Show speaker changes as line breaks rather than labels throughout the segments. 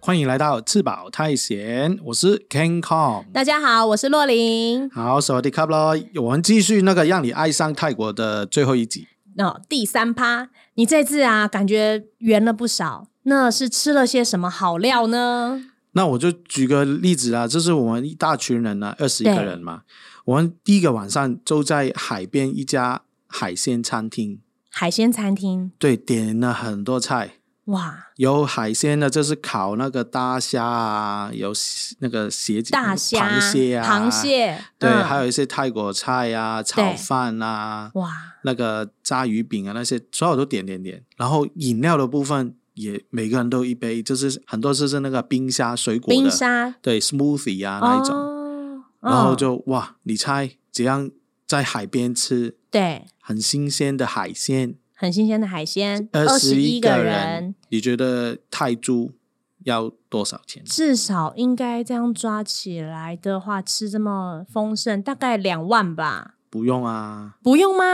欢迎来到吃饱太闲，我是 Ken Kong。
大家好，我是洛琳。
好，s 瓦迪卡咯，我们继续那个让你爱上泰国的最后一集。
那、哦、第三趴，你这次啊，感觉圆了不少，那是吃了些什么好料呢？
那我就举个例子啊，就是我们一大群人呢、啊，二十一
对
个人嘛，我们第一个晚上就在海边一家海鲜餐厅，
海鲜餐厅，
对，点了很多菜。
哇，
有海鲜的，就是烤那个大虾啊，有那个鞋子、
大虾、
螃蟹啊，
螃蟹
对，
嗯
还有一些泰国菜啊，炒饭啊，
哇，
那个炸鱼饼啊，那些所有都点点点。然后饮料的部分也每个人都一杯，就是很多就是那个冰沙水果的，
冰沙
对 smoothie 啊那一种。
哦，
然后
嗯
就哇，你猜怎样在海边吃
对，
很新鲜的海鲜？
很新鲜的海鲜，
二
十
一
个
人，你觉得泰铢要多少钱？
至少应该这样抓起来的话，吃这么丰盛，大概两万吧，
不用啊，
不用吗？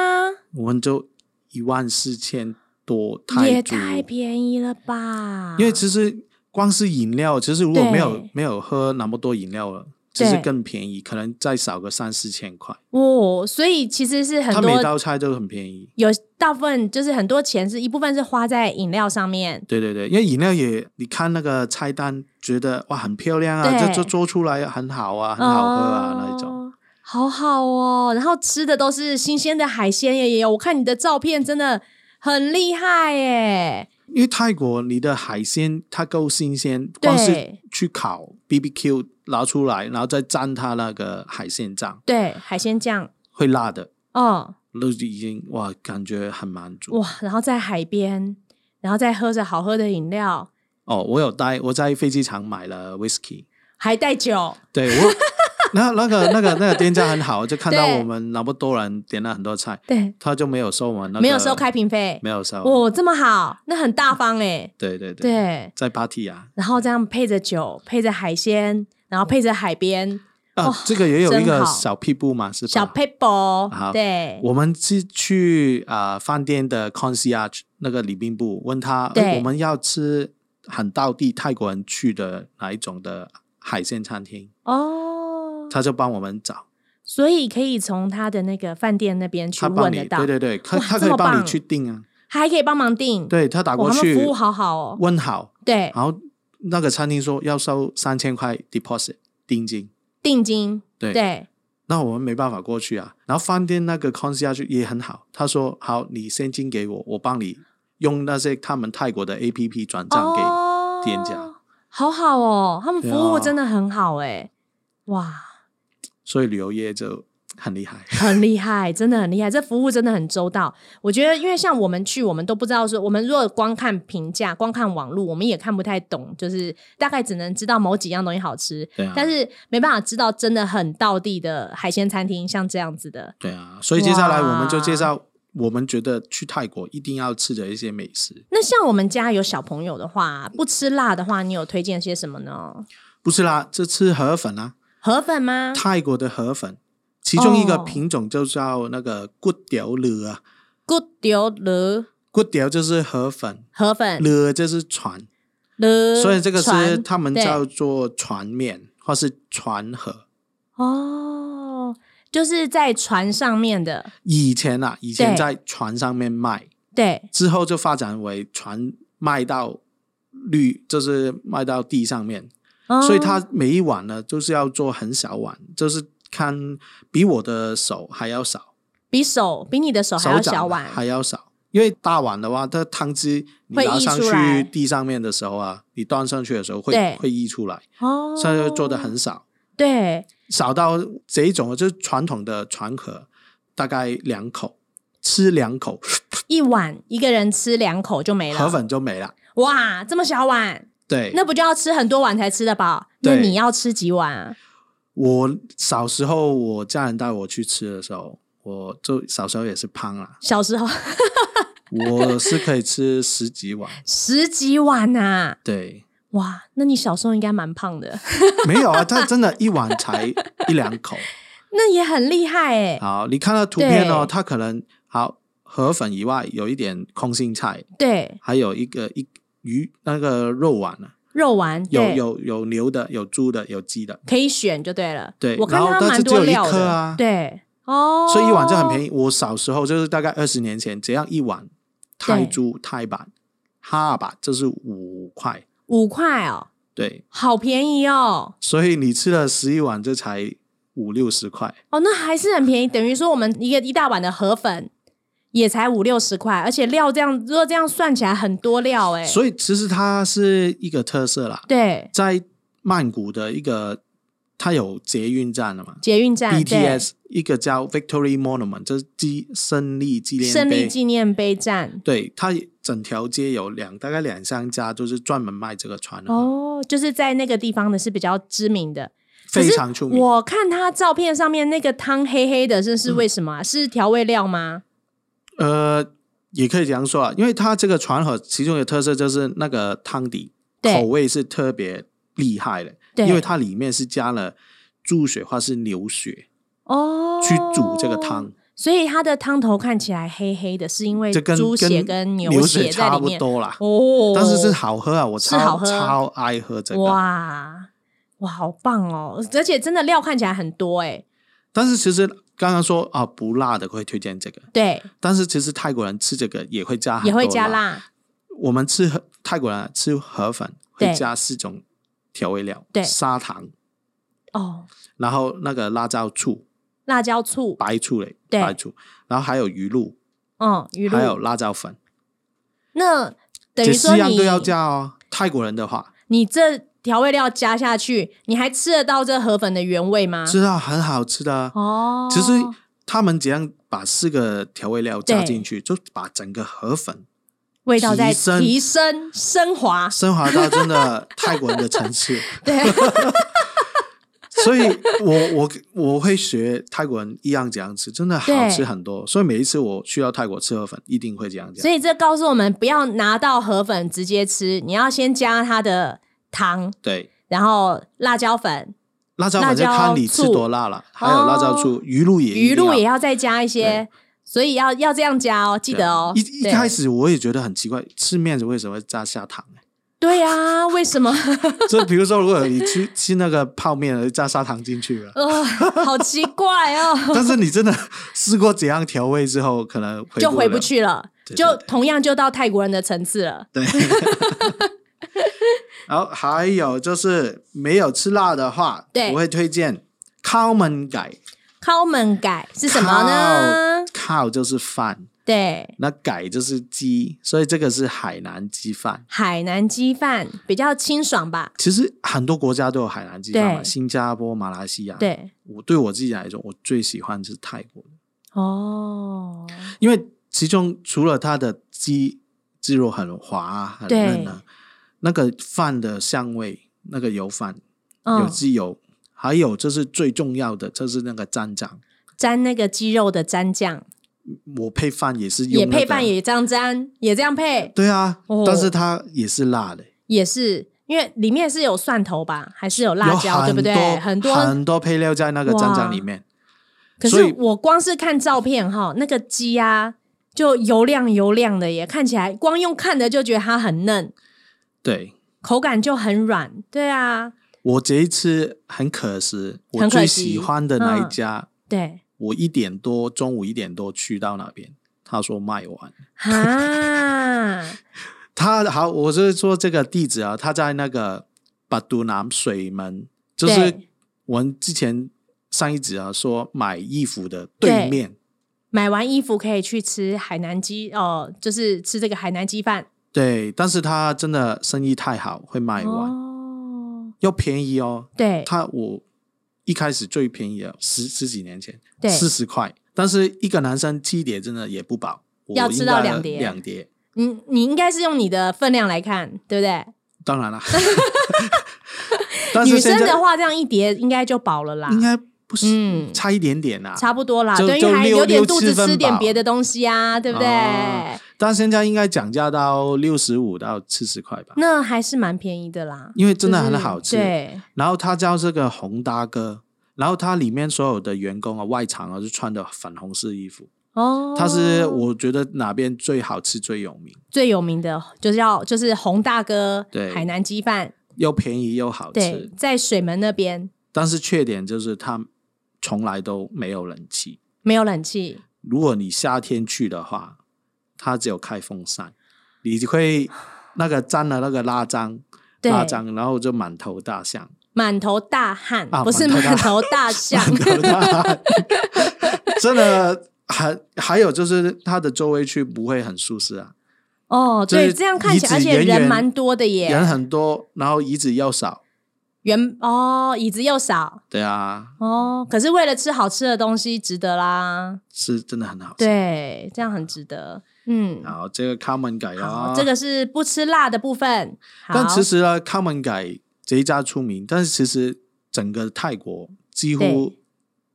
我们就一万四千多
也
泰铢，
太便宜了吧！
因为其实光是饮料，其实如果
嗯对
没有没有喝那么多饮料了，其实
对
更便宜，可能再少个三四千块。
哦，所以其实是很
它每
多
道菜都很便宜，
有大部分就是很多钱是一部分是花在饮料上面，
对对对，因为饮料也，你看那个菜单，觉得哇很漂亮啊，
对
这做做出来很好啊，很好喝啊、那一种。
哦。好好哦，然后吃的都是新鲜的海鲜耶，也有。我看你的照片真的很厉害耶，
因为泰国你的海鲜它够新鲜，
对
光是去烤 BBQ 拿出来，然后再蘸它那个海鲜酱，
对，海鲜酱，
会辣的，
哦，
都已经哇感觉很满足。
哇，然后在海边，然后再喝着好喝的饮料，
哦，我有带我在飞机场买了 whisky，
还带酒，
对我。那那个那个那个店家很好，就看到
对
我们那么多人点了很多菜，
对，
他就没有收我们那个
没有收开瓶费，
没有收，
哦，这么好，那很大方哎，
对对对，
对，
在 party 啊，
然后这样配着酒，配着海鲜，然后配着海边，
啊
哇，
这个也有一
哦真
个
好
小屁步嘛，是吧？
小 paper，
啊好
对，
我们是去啊、呃饭店的 concierge 那个礼宾部问他，
对
哎我们要吃很道地泰国人去的哪一种的海鲜餐厅，
哦，
他就帮我们找，
所以可以从他的那个饭店那边去
他帮
问
你，
得到，
对对对，他
哇
他可
这
以
么
帮你
棒
去订啊，
还可以帮忙订，
对他打
哇，
过
他们
去
服务好好哦，
问好，
对，
然后那个餐厅说要收三千块 deposit 定金，
定金，
对
对，
那我们没办法过去啊。然后饭店那个 concierge 也很好，他说好，你现金给我，我帮你用那些他们泰国的 A P P 转账给。店家
哦，好好哦，他们服
对
务
啊
真的很好哎、哇，
所以旅游业就很厉害。
很厉害，真的很厉害，这服务真的很周到。我觉得，因为像我们去，我们都不知道说，我们如果光看评价、光看网络，我们也看不太懂，就是大概只能知道某几样东西好吃，
对啊，
但是没办法知道真的很道地的海鲜餐厅，像这样子的。
对啊，所以接下来
哇
我们就介绍我们觉得去泰国一定要吃的一些美食。
那像我们家有小朋友的话，不吃辣的话，你有推荐些什么呢？
不是啦，这吃河粉啊，
河粉吗？
泰国的河粉，其中一个
嗯哦
品种就叫那个骨屌了啊，
骨丢了
骨屌就是河粉，
河粉
了就是船，
了，
所以这个是
嗯船
他们
对
叫做船面或是船河。
哦，就是在船上面的，
以前啊，以前
对
在船上面卖，
对，
之后就发展为船卖到绿，就是卖到地上面，
哦
所以它每一碗呢，就是要做很小碗，就是看比我的手还要少，
比手比你的手哦
手
还要
掌
小
啊
碗，
还要少。因为大碗的话，它汤汁你
会
拿
溢
上
出来
去地上面的时候啊，你端上去的时候会
对
会溢出来，
哦，
所以就做的很少，
对，
少到这一种就是传统的船壳，大概两口吃两口，
一碗一个人吃两口就没了，
河粉就没了。
哇，这么小碗，
对，
那不就要吃很多碗才吃得饱？那
对
你要吃几碗啊？，
我小时候，我家人带我去吃的时候，我就小时候也是胖啦
小时候
我是可以吃十几碗。
十几碗呐、
对，
哇，那你小时候应该蛮胖 的，
没有啊，他真的一碗才一两口。
那也很厉害哎、
好，你看到图片哦，
对
它可能好河粉以外有一点空心菜，
对，
还有一个一鱼那个肉丸啊，
肉丸
有
对
有有牛的，有猪的，有鸡的，
可以选就对了。
对
我看
然后
它
但是
蛮
只有
多
一
料
颗
的，
啊
对哦，
所以一碗就很便
宜。
宜。我小时候就是大概二十年前，只要一碗泰铢泰版哈尔版，这是五块，
五块哦，
对，
好便宜哦，
所以你吃了十一碗，这才五六十块，
哦，那还是很便宜，等于说我们一个一大碗的河粉也才五六十块，而且料这样如果这样算起来很多料哎、
所以其实它是一个特色啦，
对，
在曼谷的一个，它有捷运站的嘛
捷运站啊对
，BTS 一个叫 Victory Monument，这是纪胜利纪念碑，
胜利纪念碑站
对，它整条街有两大概两三家，就是专门卖这个船的，
哦，就是在那个地方的是比较知名的。可
非
是
常出名。
我看他照片上面那个汤黑黑的，这是
嗯
为什么、啊？是调味料吗？
呃，也可以这样说啊，因为它这个船盒其中的特色就是那个汤底
对
口味是特别厉害的，
对，
因为它里面是加了猪血或是牛血
哦
去煮这个汤，，
所以它的汤头看起来黑黑的，是因为
这跟
猪血
跟
牛
血
在
差
里
不
面
多啦。
哦，
但是是好喝啊，我
是
超
好喝
超爱喝这个。
哇哇，好棒哦！而且真的料看起来很多哎、
但是其实刚刚说啊，不辣的会推荐这个，
对，
但是其实泰国人吃这个也会加很
也会
多
加
辣。
辣，
我们吃河泰国人吃河粉会
对
加四种调味料，
对
砂糖，
哦，
然后那个辣椒醋、
辣椒醋，
白醋嘞，
对
白醋，然后还有鱼露，
嗯，鱼
还有
露，
辣椒粉，
那等于
这
说
四样
你
都要加哦。泰国人的话，
你这调味料加下去，你还吃得到这河粉的原味吗？
知道很好吃的啊。
哦，
其实他们怎样把四个调味料加进去，就把整个河粉
味道在
提升
提升升华，
升华到真的泰国人的层次。
对，
所以我我我会学泰国人一样怎样吃，真的好
对
吃很多。所以每一次我去到泰国吃河粉，一定会这样讲
所。以这告诉我们不要拿到河粉直接吃，你要先加它的糖，
对，
然后辣椒粉，
辣椒粉就
辣椒
看你吃多辣了，还有
哦
辣椒醋，鱼露也
鱼
一定
露也
要
要再加一些，所以要要这样加哦，记得哦。
对一一
对
开始我也觉得很奇怪，吃面子为什么会加砂糖？
对啊，为什么？
就比如说，如果你吃吃那个泡面，加砂糖进去了。
呃，好奇怪 哦，
但是你真的试过怎样调味之后，可能回
就回
不
不
了。
去了，
对
就
对对
同样就到泰国人的层次了。
对。然后还有就是没有吃辣的话，
对
我会推荐ข้าวมันไก่。
敲门改是什么呢？
ข้าว就是饭，
对，
那改就是鸡，所以这个是海南鸡饭。
海南鸡饭比较清爽吧？
其实很多国家都有海南鸡饭嘛，
对
新加坡、马来西亚。，
对，
我对我自己来说，我最喜欢是泰国的，
哦，
因为其中除了它的鸡鸡肉很滑啊、很嫩啊，那个饭的香味，那个油饭、有
嗯，
鸡油，还有就是最重要的就是那个蘸酱，
沾那个鸡肉的蘸酱，
我配饭也是用、那
也
个、啊
配饭也这样沾，也这样配，
对啊，
哦
但是它也是辣的。
也是因为里面是有蒜头吧，还是有辣
有
椒，对不
很多
对？很多
很多配料在那个蘸酱里面，
可
所以
是我光是看照片哈，那个鸡啊，就油亮油亮的耶，看起来光用看的就觉得它很嫩，
对。
口感就很软。对啊，
我这一次很可惜，我
很可
最
惜嗯
喜欢的那一家，
对
我一点多中午一点多去到那边，他说卖完。
哈，
他好，我是说这个地址啊，他在那个巴都南水门，就是
对
我们之前上一集啊说买衣服的
对
对面，
买完衣服可以去吃海南鸡哦、就是吃这个海南鸡饭。
对，但是他真的生意太好，会卖完，
哦，
又便宜哦，
对
它我一开始最便宜的十十几年前，
对
四十块，但是一个男生七碟真的也不饱，我
要吃到
应该
两碟
两碟，
你你应该是用你的分量来看，对不对？
当 然了，但是
女
现
生
在
的话，这样一碟应该就饱了啦，
应该不是、
嗯
差一点点啦，
差不多啦。
就
对，因
就
为还
六
有点
六
肚
七
子
分
吃点
饱
别的东西啊，对不对？
哦但现在应该涨价到六十五到七十块吧，
那还是蛮便宜的啦，
因为真的
嗯就是
很好吃。
对，
然后他叫这个洪大哥，然后他里面所有的员工啊，外场啊，就穿的粉红色衣服，
哦，
他是我觉得哪边最好吃最有名。
最有名的，就是要就是洪大哥
对
海南鸡饭，
又便宜又好
对
吃，，
在水门那边
但是缺点就是它从来都没有冷气。
没有冷气，
如果你夏天去的话，它只有开风扇，你会那个沾了那个拉脏
对，
拉脏，然后就满头大汗，
满头大汗，
啊
不是满
满
头大象，
满头大汗， 真的。还还有就是它的周围区不会很舒适啊，
哦，
就是
对，这样看起来，而
椅子
且
远远
人蛮多的
人
耶，
很多，然后椅子又少，
人哦，椅子又少
对啊，
哦，可是为了吃好吃的东西，值得啦，
是真的很好吃。
对，这样很值得，嗯，
好，这个卡门改啊
好，，这个是不吃辣的部分，好
但其实呢，卡门改这一家出名，但是其实整个泰国几乎
对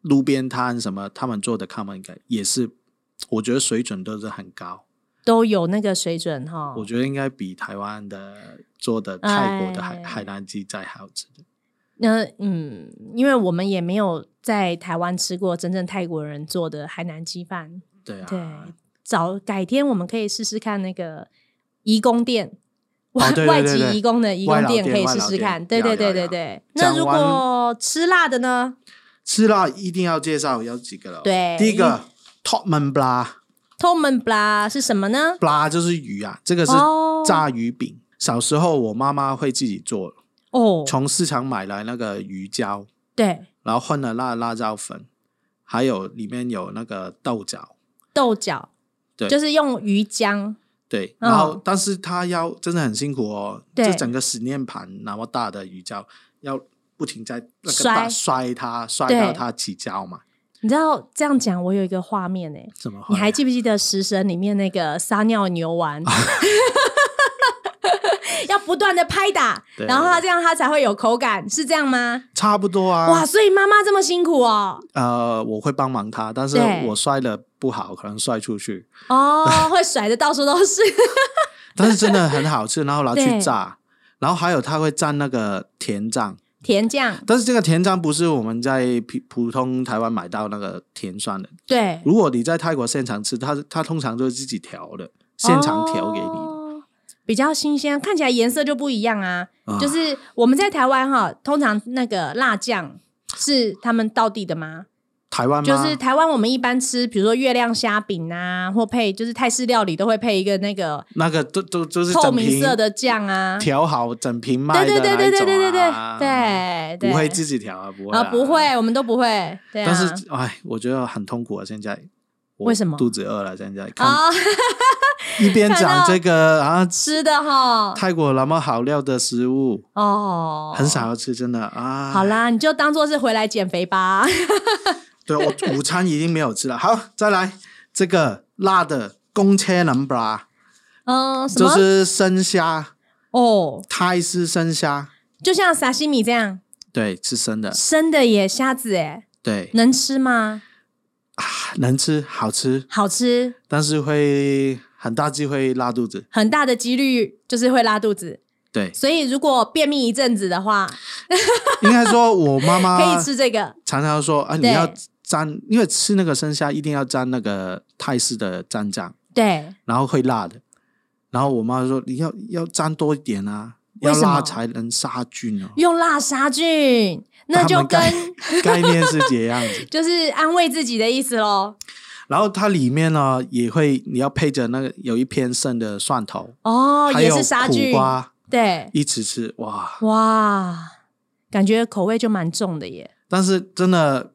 路边摊什么他们做的卡门改也是，我觉得水准都是很高，
都有那个水准哈，
我觉得应该比台湾的做的泰国的海、
哎
海南鸡再好吃。
那嗯，因为我们也没有在台湾吃过真正泰国人做的海南鸡饭，
对啊，
对，早改天我们可以试试看那个移工店，外
哦对对
外
对
籍
对
移工的移
外
工
劳
店
店
可以
外
试
劳
试
店
看。对对
要
对
要
对
要
对。
讲
那如
完
果吃辣的呢？
吃辣一定要介绍有几个了。
对
第一个 top man bla
Tom and Bla 是什么呢？
bla 就是鱼啊，这个是
哦
炸鱼饼。小时候我妈妈会自己做，
哦，
从市场买来那个鱼胶，
对，
然后混了辣辣椒粉，还有里面有那个豆角，
豆角，
对
就是用鱼浆，
对，
嗯
然后、但是它要真的很辛苦哦，
对
这整个十面盘那么大的鱼胶，要不停在那个大摔它，摔
对
到它起胶嘛，
你知道这样讲，我有一个画面哎、
怎么会
你还记不记得《食神》里面那个撒尿牛丸？
啊
要不断的拍打，
对
然后它这样它才会有口感，是这样吗？
差不多啊？
哇，所以妈妈这么辛苦哦，
呃，我会帮忙他，但是
对
我摔的不好，可能摔出去，
哦，会甩的到处都是，
但是真的很好吃，然后拿
对
去炸，然后还有他会蘸那个甜酱。
甜酱，
但是这个甜酱不是我们在普普通台湾买到那个甜酸的，
对，
如果你在泰国现场吃，它它通常都是自己调的，现场调给你的。
哦比较新鲜，看起来颜色就不一样啊。
啊
就是我们在台湾哈，通常那个辣酱是他们道地的吗？
台湾吗？
就是台湾我们一般吃，比如说月亮虾饼啊，或配就是泰式料理都会配一个那个
那个都都就是
透
整
明
瓶
色的酱啊。
调好整瓶卖
对
的
对对对对
那一
对对对
种啊
对对，
不会自己调啊，不会
啊，
啊，
不会，。我们都不会。对啊，
但是哎，我觉得很痛苦啊，现在。我
为什么
肚子饿了？现在看
啊，
一边
看
讲
到
这个啊，
吃的哈，
泰国那么好料的食物，
哦，
很少吃，真的啊。
好，啦，你就当做是回来减肥吧。
对我午餐已经没有吃了。好，再来这个辣的公车啊能吧，
嗯，什
就
么？
是生虾。
哦，
泰式生虾，
就像沙西米这样
对，吃生的，
生的耶，虾子哎，
对，
能吃吗？
啊能吃，好吃，
好吃，
但是会很大机会拉肚子。
很大的几率就是会拉肚子，，
对
所以如果便秘一阵子的话，
应该说我妈妈
可以吃这个。
常常说啊，你
对
要沾，因为吃那个生虾一定要沾那个泰式的蘸酱，
对，
然后会辣的。然后我妈说你要要沾多一点啊，
为
要
什么
辣才能杀菌哦。
用辣杀菌，那就
他们
跟
概 念是这样子。
就是安慰自己的意思喽。
然后它里面呢也会，你要配着那个有一片剩的蒜头，
哦，
还
也
有
是杀
苦
菌，
瓜，
对，
一起吃哇！
哇，感觉口味就蛮重的耶。
但是真的，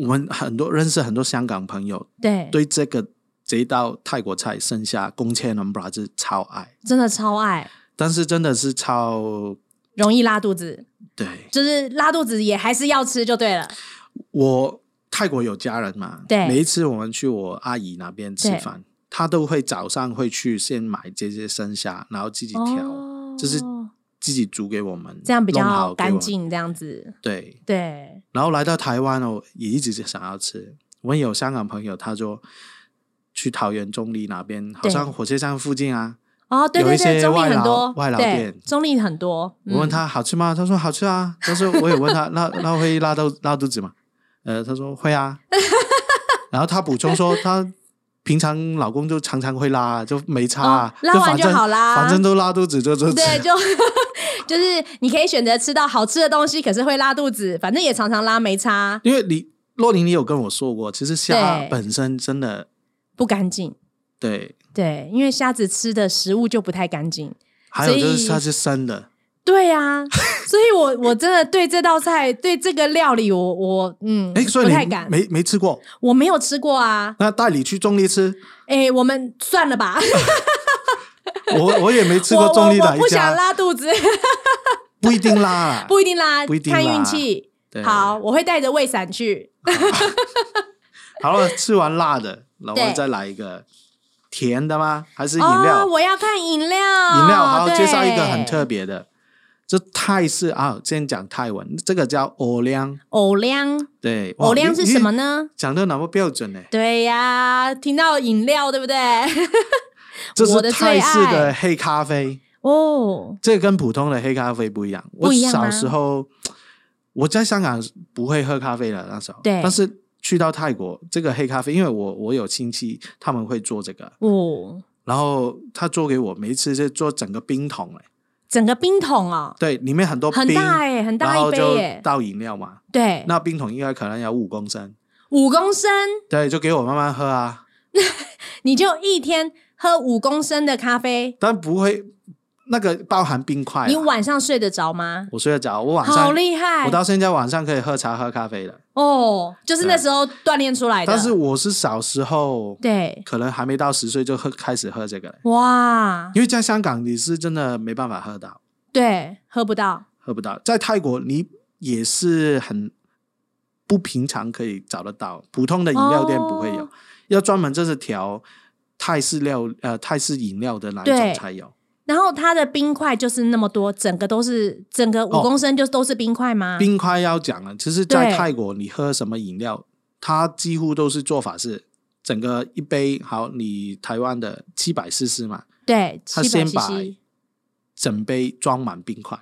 我们很多认识很多香港朋友
对，
对这个这一道泰国菜剩下公切能把是超爱，
真的超爱，
但是真的是超
容易拉肚子，
对
就是拉肚子也还是要吃就对了。
我泰国有家人嘛，
对
每一次我们去我阿姨那边吃饭，她都会早上会去先买这些生虾，然后自己调，
哦
就是自己煮给我们，
这样比
弄好
较
给我
干
们。
净，这样子。
对，
对，
然后来到台湾哦，也一直想要吃。我们有香港朋友，他就去桃园中立那边，好像火车站附近啊。
哦，对
有
对
一
对，
些
中立
外
很
劳
多，
外劳
对
店
中立很多。
我问
嗯，
他好吃吗？他说好吃啊。但是我也问他， 那那会拉肚拉肚子吗？呃，他说会啊。然后他补充说，他平常老公就常常会拉，就没差、啊
哦拉完
反正
就好啦
反正都拉肚子就就吃
对，就 就是你可以选择吃到好吃的东西，可是会拉肚子，反正也常常拉没差，
因为你洛琳，你有跟我说过，其实虾
对
本身真的
不干净。
对，
对，因为虾子吃的食物就不太干净。
还有就
所以
是它是生的，
对啊，所以我我真的对这道菜、对这个料理我，我嗯，
哎，所以
不太
你
敢，
没没吃过，
我没有吃过啊。
那带你去中立吃，
哎、我们算了吧，
我我也没吃过
我
中立
我我
哪一
不想
家，
拉肚子，
不一定啦啊，
不一定啦，
不一定啦
看运气。
对
好，，我会带着胃散去。
好了，吃完辣的，那我
对
们再来一个甜的吗？还是饮料？
哦，我要看饮料，
饮
饮
料，好，介绍一个很特别的，这泰式啊，先讲泰文，这个叫欧量，
藕粮，
对，哇
藕粮是什？么
你你
呢？
讲的那么标准呢？
对呀、听到饮料对不对？
这
我
是
的最
泰式
爱
的黑咖啡，
哦，
这跟普通的黑咖啡不一样。
不
我
一样
小
吗
时候我在香港不会喝咖啡的那时候，
对
但是去到泰国，这个黑咖啡，因为我我有亲戚他们会做这个，
哦，
然后他做给我，每一次就做整个冰桶嘞，
整个冰桶哦，
对，里面很多冰，
很大哎、很大
然
一
后
杯
就
耶、
倒饮料嘛，
对，
那冰桶应该可能有五公升，
五公升，
对，就给我慢慢喝啊，
你就一天喝五公升的咖啡，
但不会那个包含冰块啊、
你晚上睡得着吗？
我睡得着，我晚
好
上
厉害
我到现在晚上可以喝茶喝咖啡的，
哦，就是那时候锻炼出来的。
但是我是小时候
对，
可能还没到十岁就喝开始喝这个嘞，
哇，
因为在香港你是真的没办法喝到，
对，喝不到，
喝不到，在泰国你也是很不平常可以找得到，普通的饮料店不会有，
哦
要专门就是调泰式料呃泰式饮料的那一
对
种才有。
然后它的冰块就是那么多，整个都是整个五
哦
公升就都是冰块吗？
冰块要讲了，其实，在
对
泰国你喝什么饮料，它几乎都是做法是整个一杯，好，你台湾的七百 CC 嘛，
对，七
它
百
先把
CC
整杯装满冰块，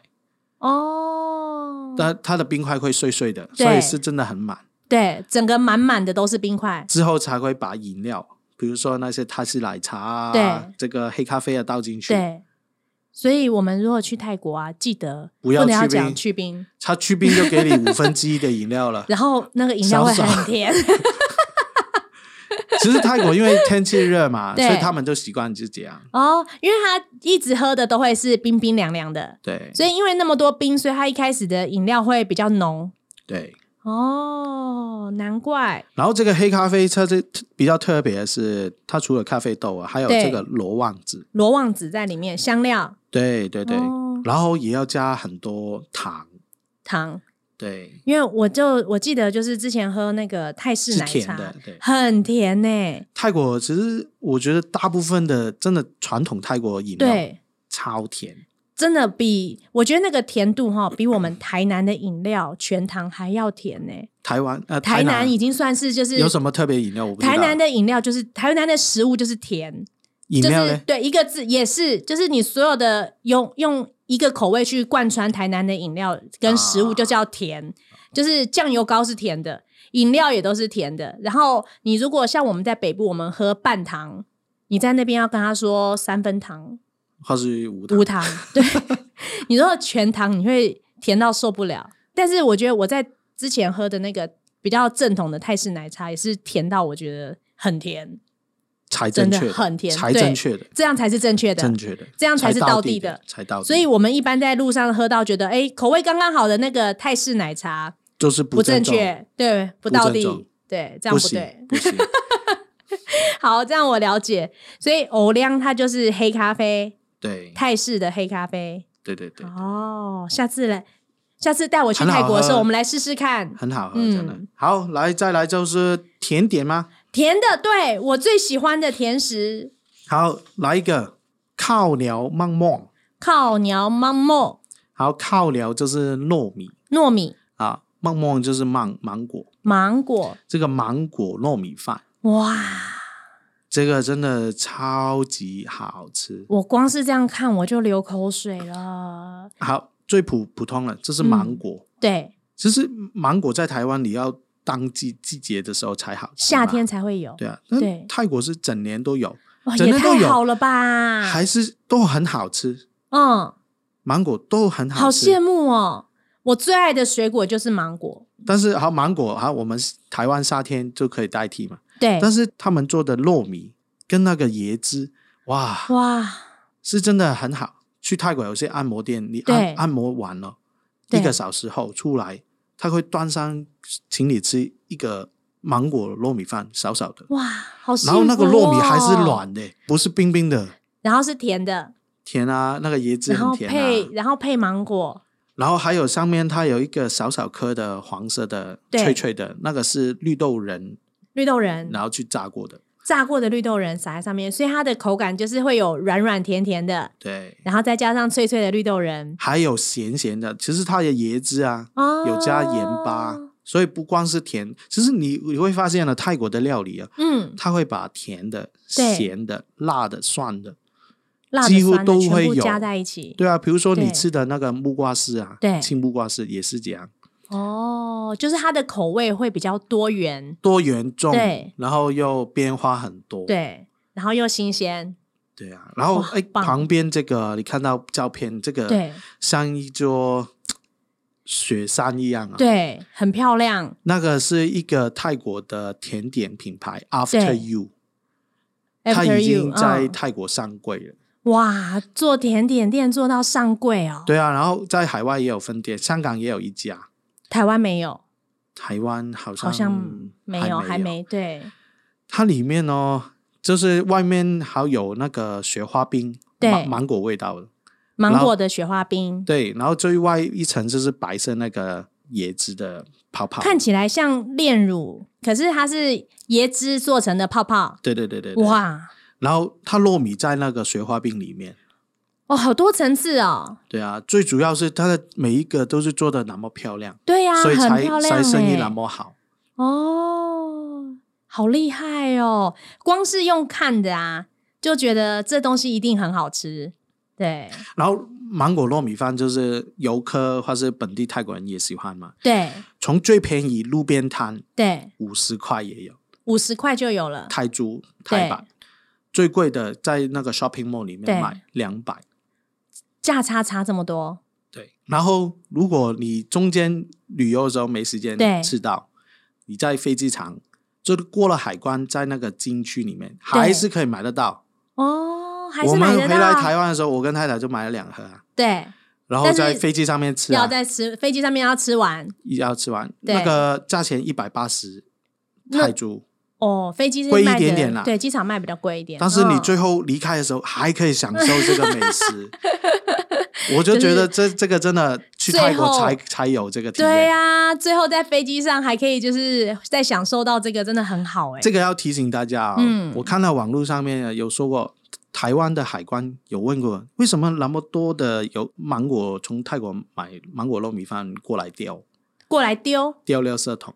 哦，
但它的冰块会碎碎的，
对
所以是真的很满。
对，整个满满的都是冰块，
之后才会把饮料，比如说那些泰式奶茶啊
对，
这个黑咖啡啊倒进去。
对。所以我们如果去泰国啊，记得
不要
能要
去冰
讲去冰，
它去冰就给你五分之一的饮料了。
然后那个饮料会
少少
很甜。
其实泰国因为天气热嘛，所
对
以他们都习惯就这样。
哦，因为他一直喝的都会是冰冰凉凉的，
对
所以因为那么多冰，所以他一开始的饮料会比较浓。
对。
哦，难怪
然后这个黑咖啡车这比较特别的是，它除了咖啡豆啊，还有
对
这个罗望子，
罗望子在里面，香料、
对对对，
哦
然后也要加很多糖，
糖。
对，
因为我就我记得就是之前喝那个泰式
是
奶
甜
茶，
的。对，
很甜呢、
泰国其实我觉得大部分的真的传统泰国饮料
对，
超甜，
真的比我觉得那个甜度哈，比我们台南的饮料全糖还要甜呢、
台湾呃
台
南
南已经算是就是
有什么特别饮料我不知道，
台南的饮料就是台南的食物就是甜，
饮
就
料
是
呢？
对一个字也是，就是你所有的用用一个口味去贯穿台南的饮料跟食物，
啊
就叫甜。就是酱油膏是甜的，饮料也都是甜的。然后你如果像我们在北部，我们喝半糖，你在那边要跟他说三分糖、
或是无糖
无糖， 对，你如果全糖，你会甜到受不了。但是我觉得我在之前喝的那个比较正统的泰式奶茶，也是甜到我觉得很甜，
才正确
真的很甜
才
对
正确的，
这样才是正确的。啊
正确的，
这样才是道
到
地
地
的，
才到地的，
所以我们一般在路上喝到觉得，哎、口味刚刚好的那个泰式奶茶
就是
不正
宗，
确，对，不到
不正宗
地，对，这样
不
不对
行。不行，
好，这样我了解。所以偶量它就是黑咖啡，
对
泰式的黑咖啡。
对对对，
哦，下次来，下次带我去
很好
泰国的时候，
喝
我们来试试看
很好喝，
嗯
真的。好，来再来就是甜点吗？
甜的。对我最喜欢的甜食，
好，来一个靠鸟芒梦。
靠鸟芒莫
好，靠鸟就是糯米
糯米
啊，芒梦就是芒芒果，
芒果，
这个芒果糯米饭，
哇！
这个真的超级好吃。
我光是这样看我就流口水了。
好，最普普通了，这是芒果。
对，
其实芒果在台湾你要当季季节的时候才好吃嘛，
夏天才会有，
对啊，但
对
泰国是整年都有，
哇，
整
也
天都
太
有
好了吧？
还是都很好吃。
嗯，
芒果都很
好
好吃。
羡慕哦！我最爱的水果就是芒果，
但是好芒果好，我们台湾夏天就可以代替嘛。
对，
但是他们做的糯米跟那个椰汁，哇，
哇，
是真的很好。去泰国有些按摩店，你
对
按按摩完了，
对
一个小时后出来，他会端上请你吃一个芒果糯米饭，小小的，
哇，哦好幸
然
福、哦！
后那个糯米还是，软的，不是冰冰的，
然后是甜的，
甜啊，那个椰子
然后
很甜啊。
配然后配芒果，
然后还有上面它有一个小小颗的黄色的
对
脆脆的，那个是绿豆仁，
绿豆仁，
然后去炸过的。
炸过的绿豆仁撒在上面，所以它的口感就是会有软软甜甜的，
对，
然后再加上脆脆的绿豆仁，
还有咸咸的，其实它的椰汁啊，
哦，
有加盐巴，所以不光是甜。其实你你会发现了，泰国的料理啊，
嗯，
它会把甜的、
对
咸的、辣的、酸的，
辣的
几乎
酸的
都
全
会
部
有
加在一起，
对啊，比如说你
对
吃的那个木瓜丝啊，
对
青木瓜丝也是这样，
哦，就是它的口味会比较多元，
多元重
对，
然后又变化很多，
对，然后又新鲜，
对啊。然后
哇
哎，
棒
旁边这个你看到照片，这个
对
像一座雪山一样啊。
对，很漂亮。
那个是一个泰国的甜点品牌 After
对
You，它
After
已
you，
经在
嗯
泰国上柜了。
哇，做甜点店做到上柜哦，
对啊，然后在海外也有分店，香港也有一家，
台湾没有，
台湾好像
好像没有，
还
还没对
它里面哦，就是外面还有那个雪花冰，
对
芒芒果味道的。
芒
然后
果的雪花冰，
对，然后最外一层就是白色那个椰子的泡泡。
看起来像炼乳，可是它是椰汁做成的泡泡，
对对对对对。
哇，
然后它糯米在那个雪花冰里面。
哦，好多层次哦，
对啊，最主要是它的每一个都是做的那么漂亮，
对呀、
所以
很
才
漂
才
亮
生意
欸
那么好。
哦，好厉害哦！光是用看的啊，就觉得这东西一定很好吃。对
然后芒果糯米饭就是游客或是本地泰国人也喜欢嘛，
对
从最便宜路边摊
对，
五十块也有，
五十块就有了，
泰铢泰版，最贵的在那个 shopping mall 里面
对
买两百。
价差差这么多。
对，然后如果你中间旅游的时候没时间
对
吃到，你在飞机场就是过了海关，在那个禁区里面还是可以买得到。
哦，还
我
是
们
买
回
得
来台
到。
湾的时候，我跟太太就买了两盒、啊，
对，
然后
但是
在飞机上面吃、啊，
要在吃飞机上面要吃完
一要吃完，
对
那个价钱一百八十
那
泰铢，
哦，飞机是
贵一
卖的
点点啦
对，机场卖比较贵一点。
但是你
嗯
最后离开的时候还可以享受这个美食。我就觉得这这个真的去泰国才才有这个体验。
对呀、最后在飞机上还可以就是再享受到这个，真的很好哎、
这个要提醒大家啊、
嗯
我看到网络上面有说过，台湾的海关有问过，为什么那么多的有芒果从泰国买芒果糯米饭过来丢
过来丢，
丢垃圾桶？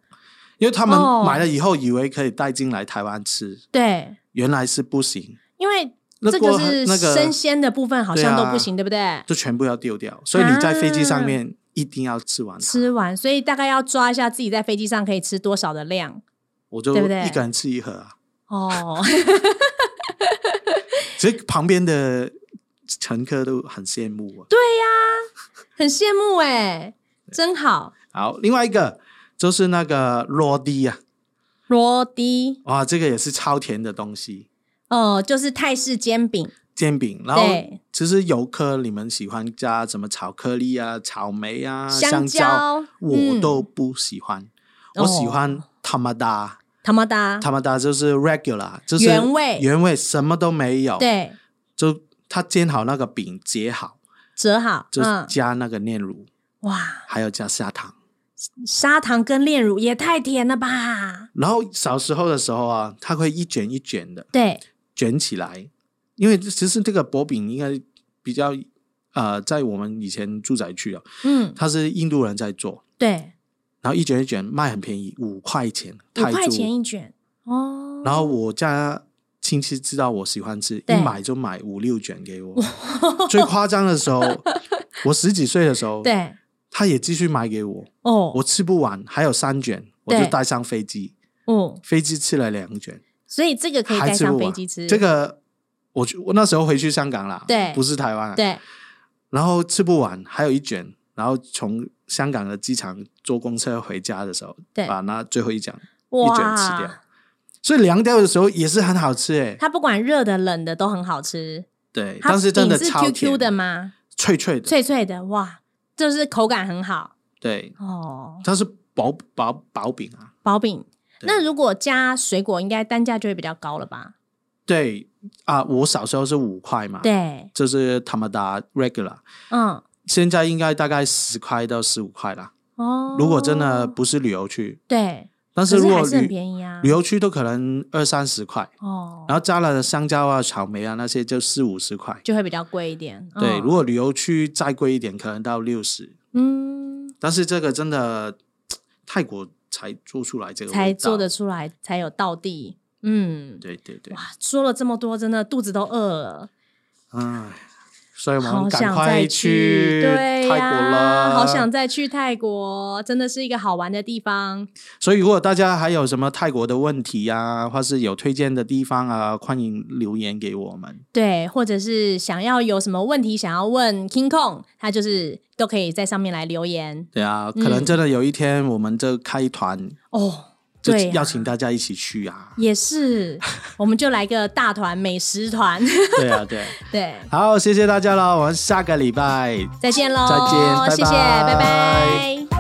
因为他们
哦
买了以后以为可以带进来台湾吃，
对，
原来是不行。
因为
那
这
过
个
很
是
那个啊
生鲜的部分好像都不行，对不对？
就全部要丢掉。所以你在飞机上面一定要吃完它。
啊吃完，所以大概要抓一下自己在飞机上可以吃多少的量
我就
对不对
一个人吃一盒啊。
哦。
其实旁边的乘客都很羡慕我。
很羡慕哎、真好。
好，另外一个就是那个落地啊，
罗迪，
哇，这个也是超甜的东西，
哦、就是泰式煎饼，
煎饼。然后
对
其实游客你们喜欢加什么巧克力啊、草莓啊、香
香蕉
我都不喜欢。
嗯
我喜欢他妈达，
他妈哒，
他妈达就是 regular，就是
原味
原味什么都没有。
对，
就他煎好那个饼，结好，
折好，
就是
嗯，
加那个炼乳，
哇，
还有加砂糖。
砂糖跟炼乳也太甜了吧？
然后小时候的时候啊，它会一卷一卷的
对，
卷起来，因为其实这个薄饼应该比较呃，在我们以前住宅区啊，
嗯，
它是印度人在做，
对，
然后一卷一卷卖很便宜，五块钱
五
泰
块钱
铢。
一卷哦。
然后我家亲戚知道我喜欢吃，
对
一买就买五六卷给我。最夸张的时 候，我十几岁的时候，
对，
他也继续买给我。
哦，
我吃不完，还有三卷，我就
对
带上飞机。
哦，
飞机吃了两卷，
所以这个可以
还
带
吃不
上
完。
飞机吃，
这个我去我那时候回去香港啦，
对
不是台湾啊。
对，
然后吃不完还有一卷，然后从香港的机场坐公车回家的时候，
对
把那最后一卷一卷吃掉
哇，。
所以凉掉的时候也是很好吃诶，
它不管热的冷的都很好吃。
对，
它
但是真的
饼是
超
Q
甜
Q 的吗？
脆脆的，
脆脆的，哇，就是口感很好
对，
哦。
它是薄薄薄饼啊，
薄饼，
对
那如果加水果，应该单价就会比较高了吧？
对啊，我小时候是五块嘛，，
对，
这是他们的 regular，
嗯，
现在应该大概十块到十五块啦。
哦，
如果真的不是旅游区，
对，
但
可
如
是
果
还是很
旅
便宜啊
旅。游区都可能二三十块，
哦，
然后加了香蕉啊、草莓啊那些就四五十块。
就会比较贵一点。
对，
嗯
如果旅游区再贵一点，可能到六十。
嗯，
但是这个真的泰国才做出来这个
才
味道
做得出来，才有道地。嗯，
对对对，
哇，说了这么多，真的肚子都饿了，
唉，所以我
好
们赶
想再
快去
对
泰
呀、
国了，
好想。再去泰国，真的是一个好玩的地方。
所以如果大家还有什么泰国的问题啊，或是有推荐的地方啊，欢迎留言给我们。
对，或者是想要有什么问题想要问 King Kong，他就是都可以在上面来留言
对啊，
嗯
可能真的有一天我们这开团，
哦。
就
对啊、。
邀请大家一起去啊
也是，我们就来个大团美食团，
对啊，对啊。
对，
好，谢谢大家了，我们下个礼拜
再见喽，
再见拜
谢谢，
拜
拜拜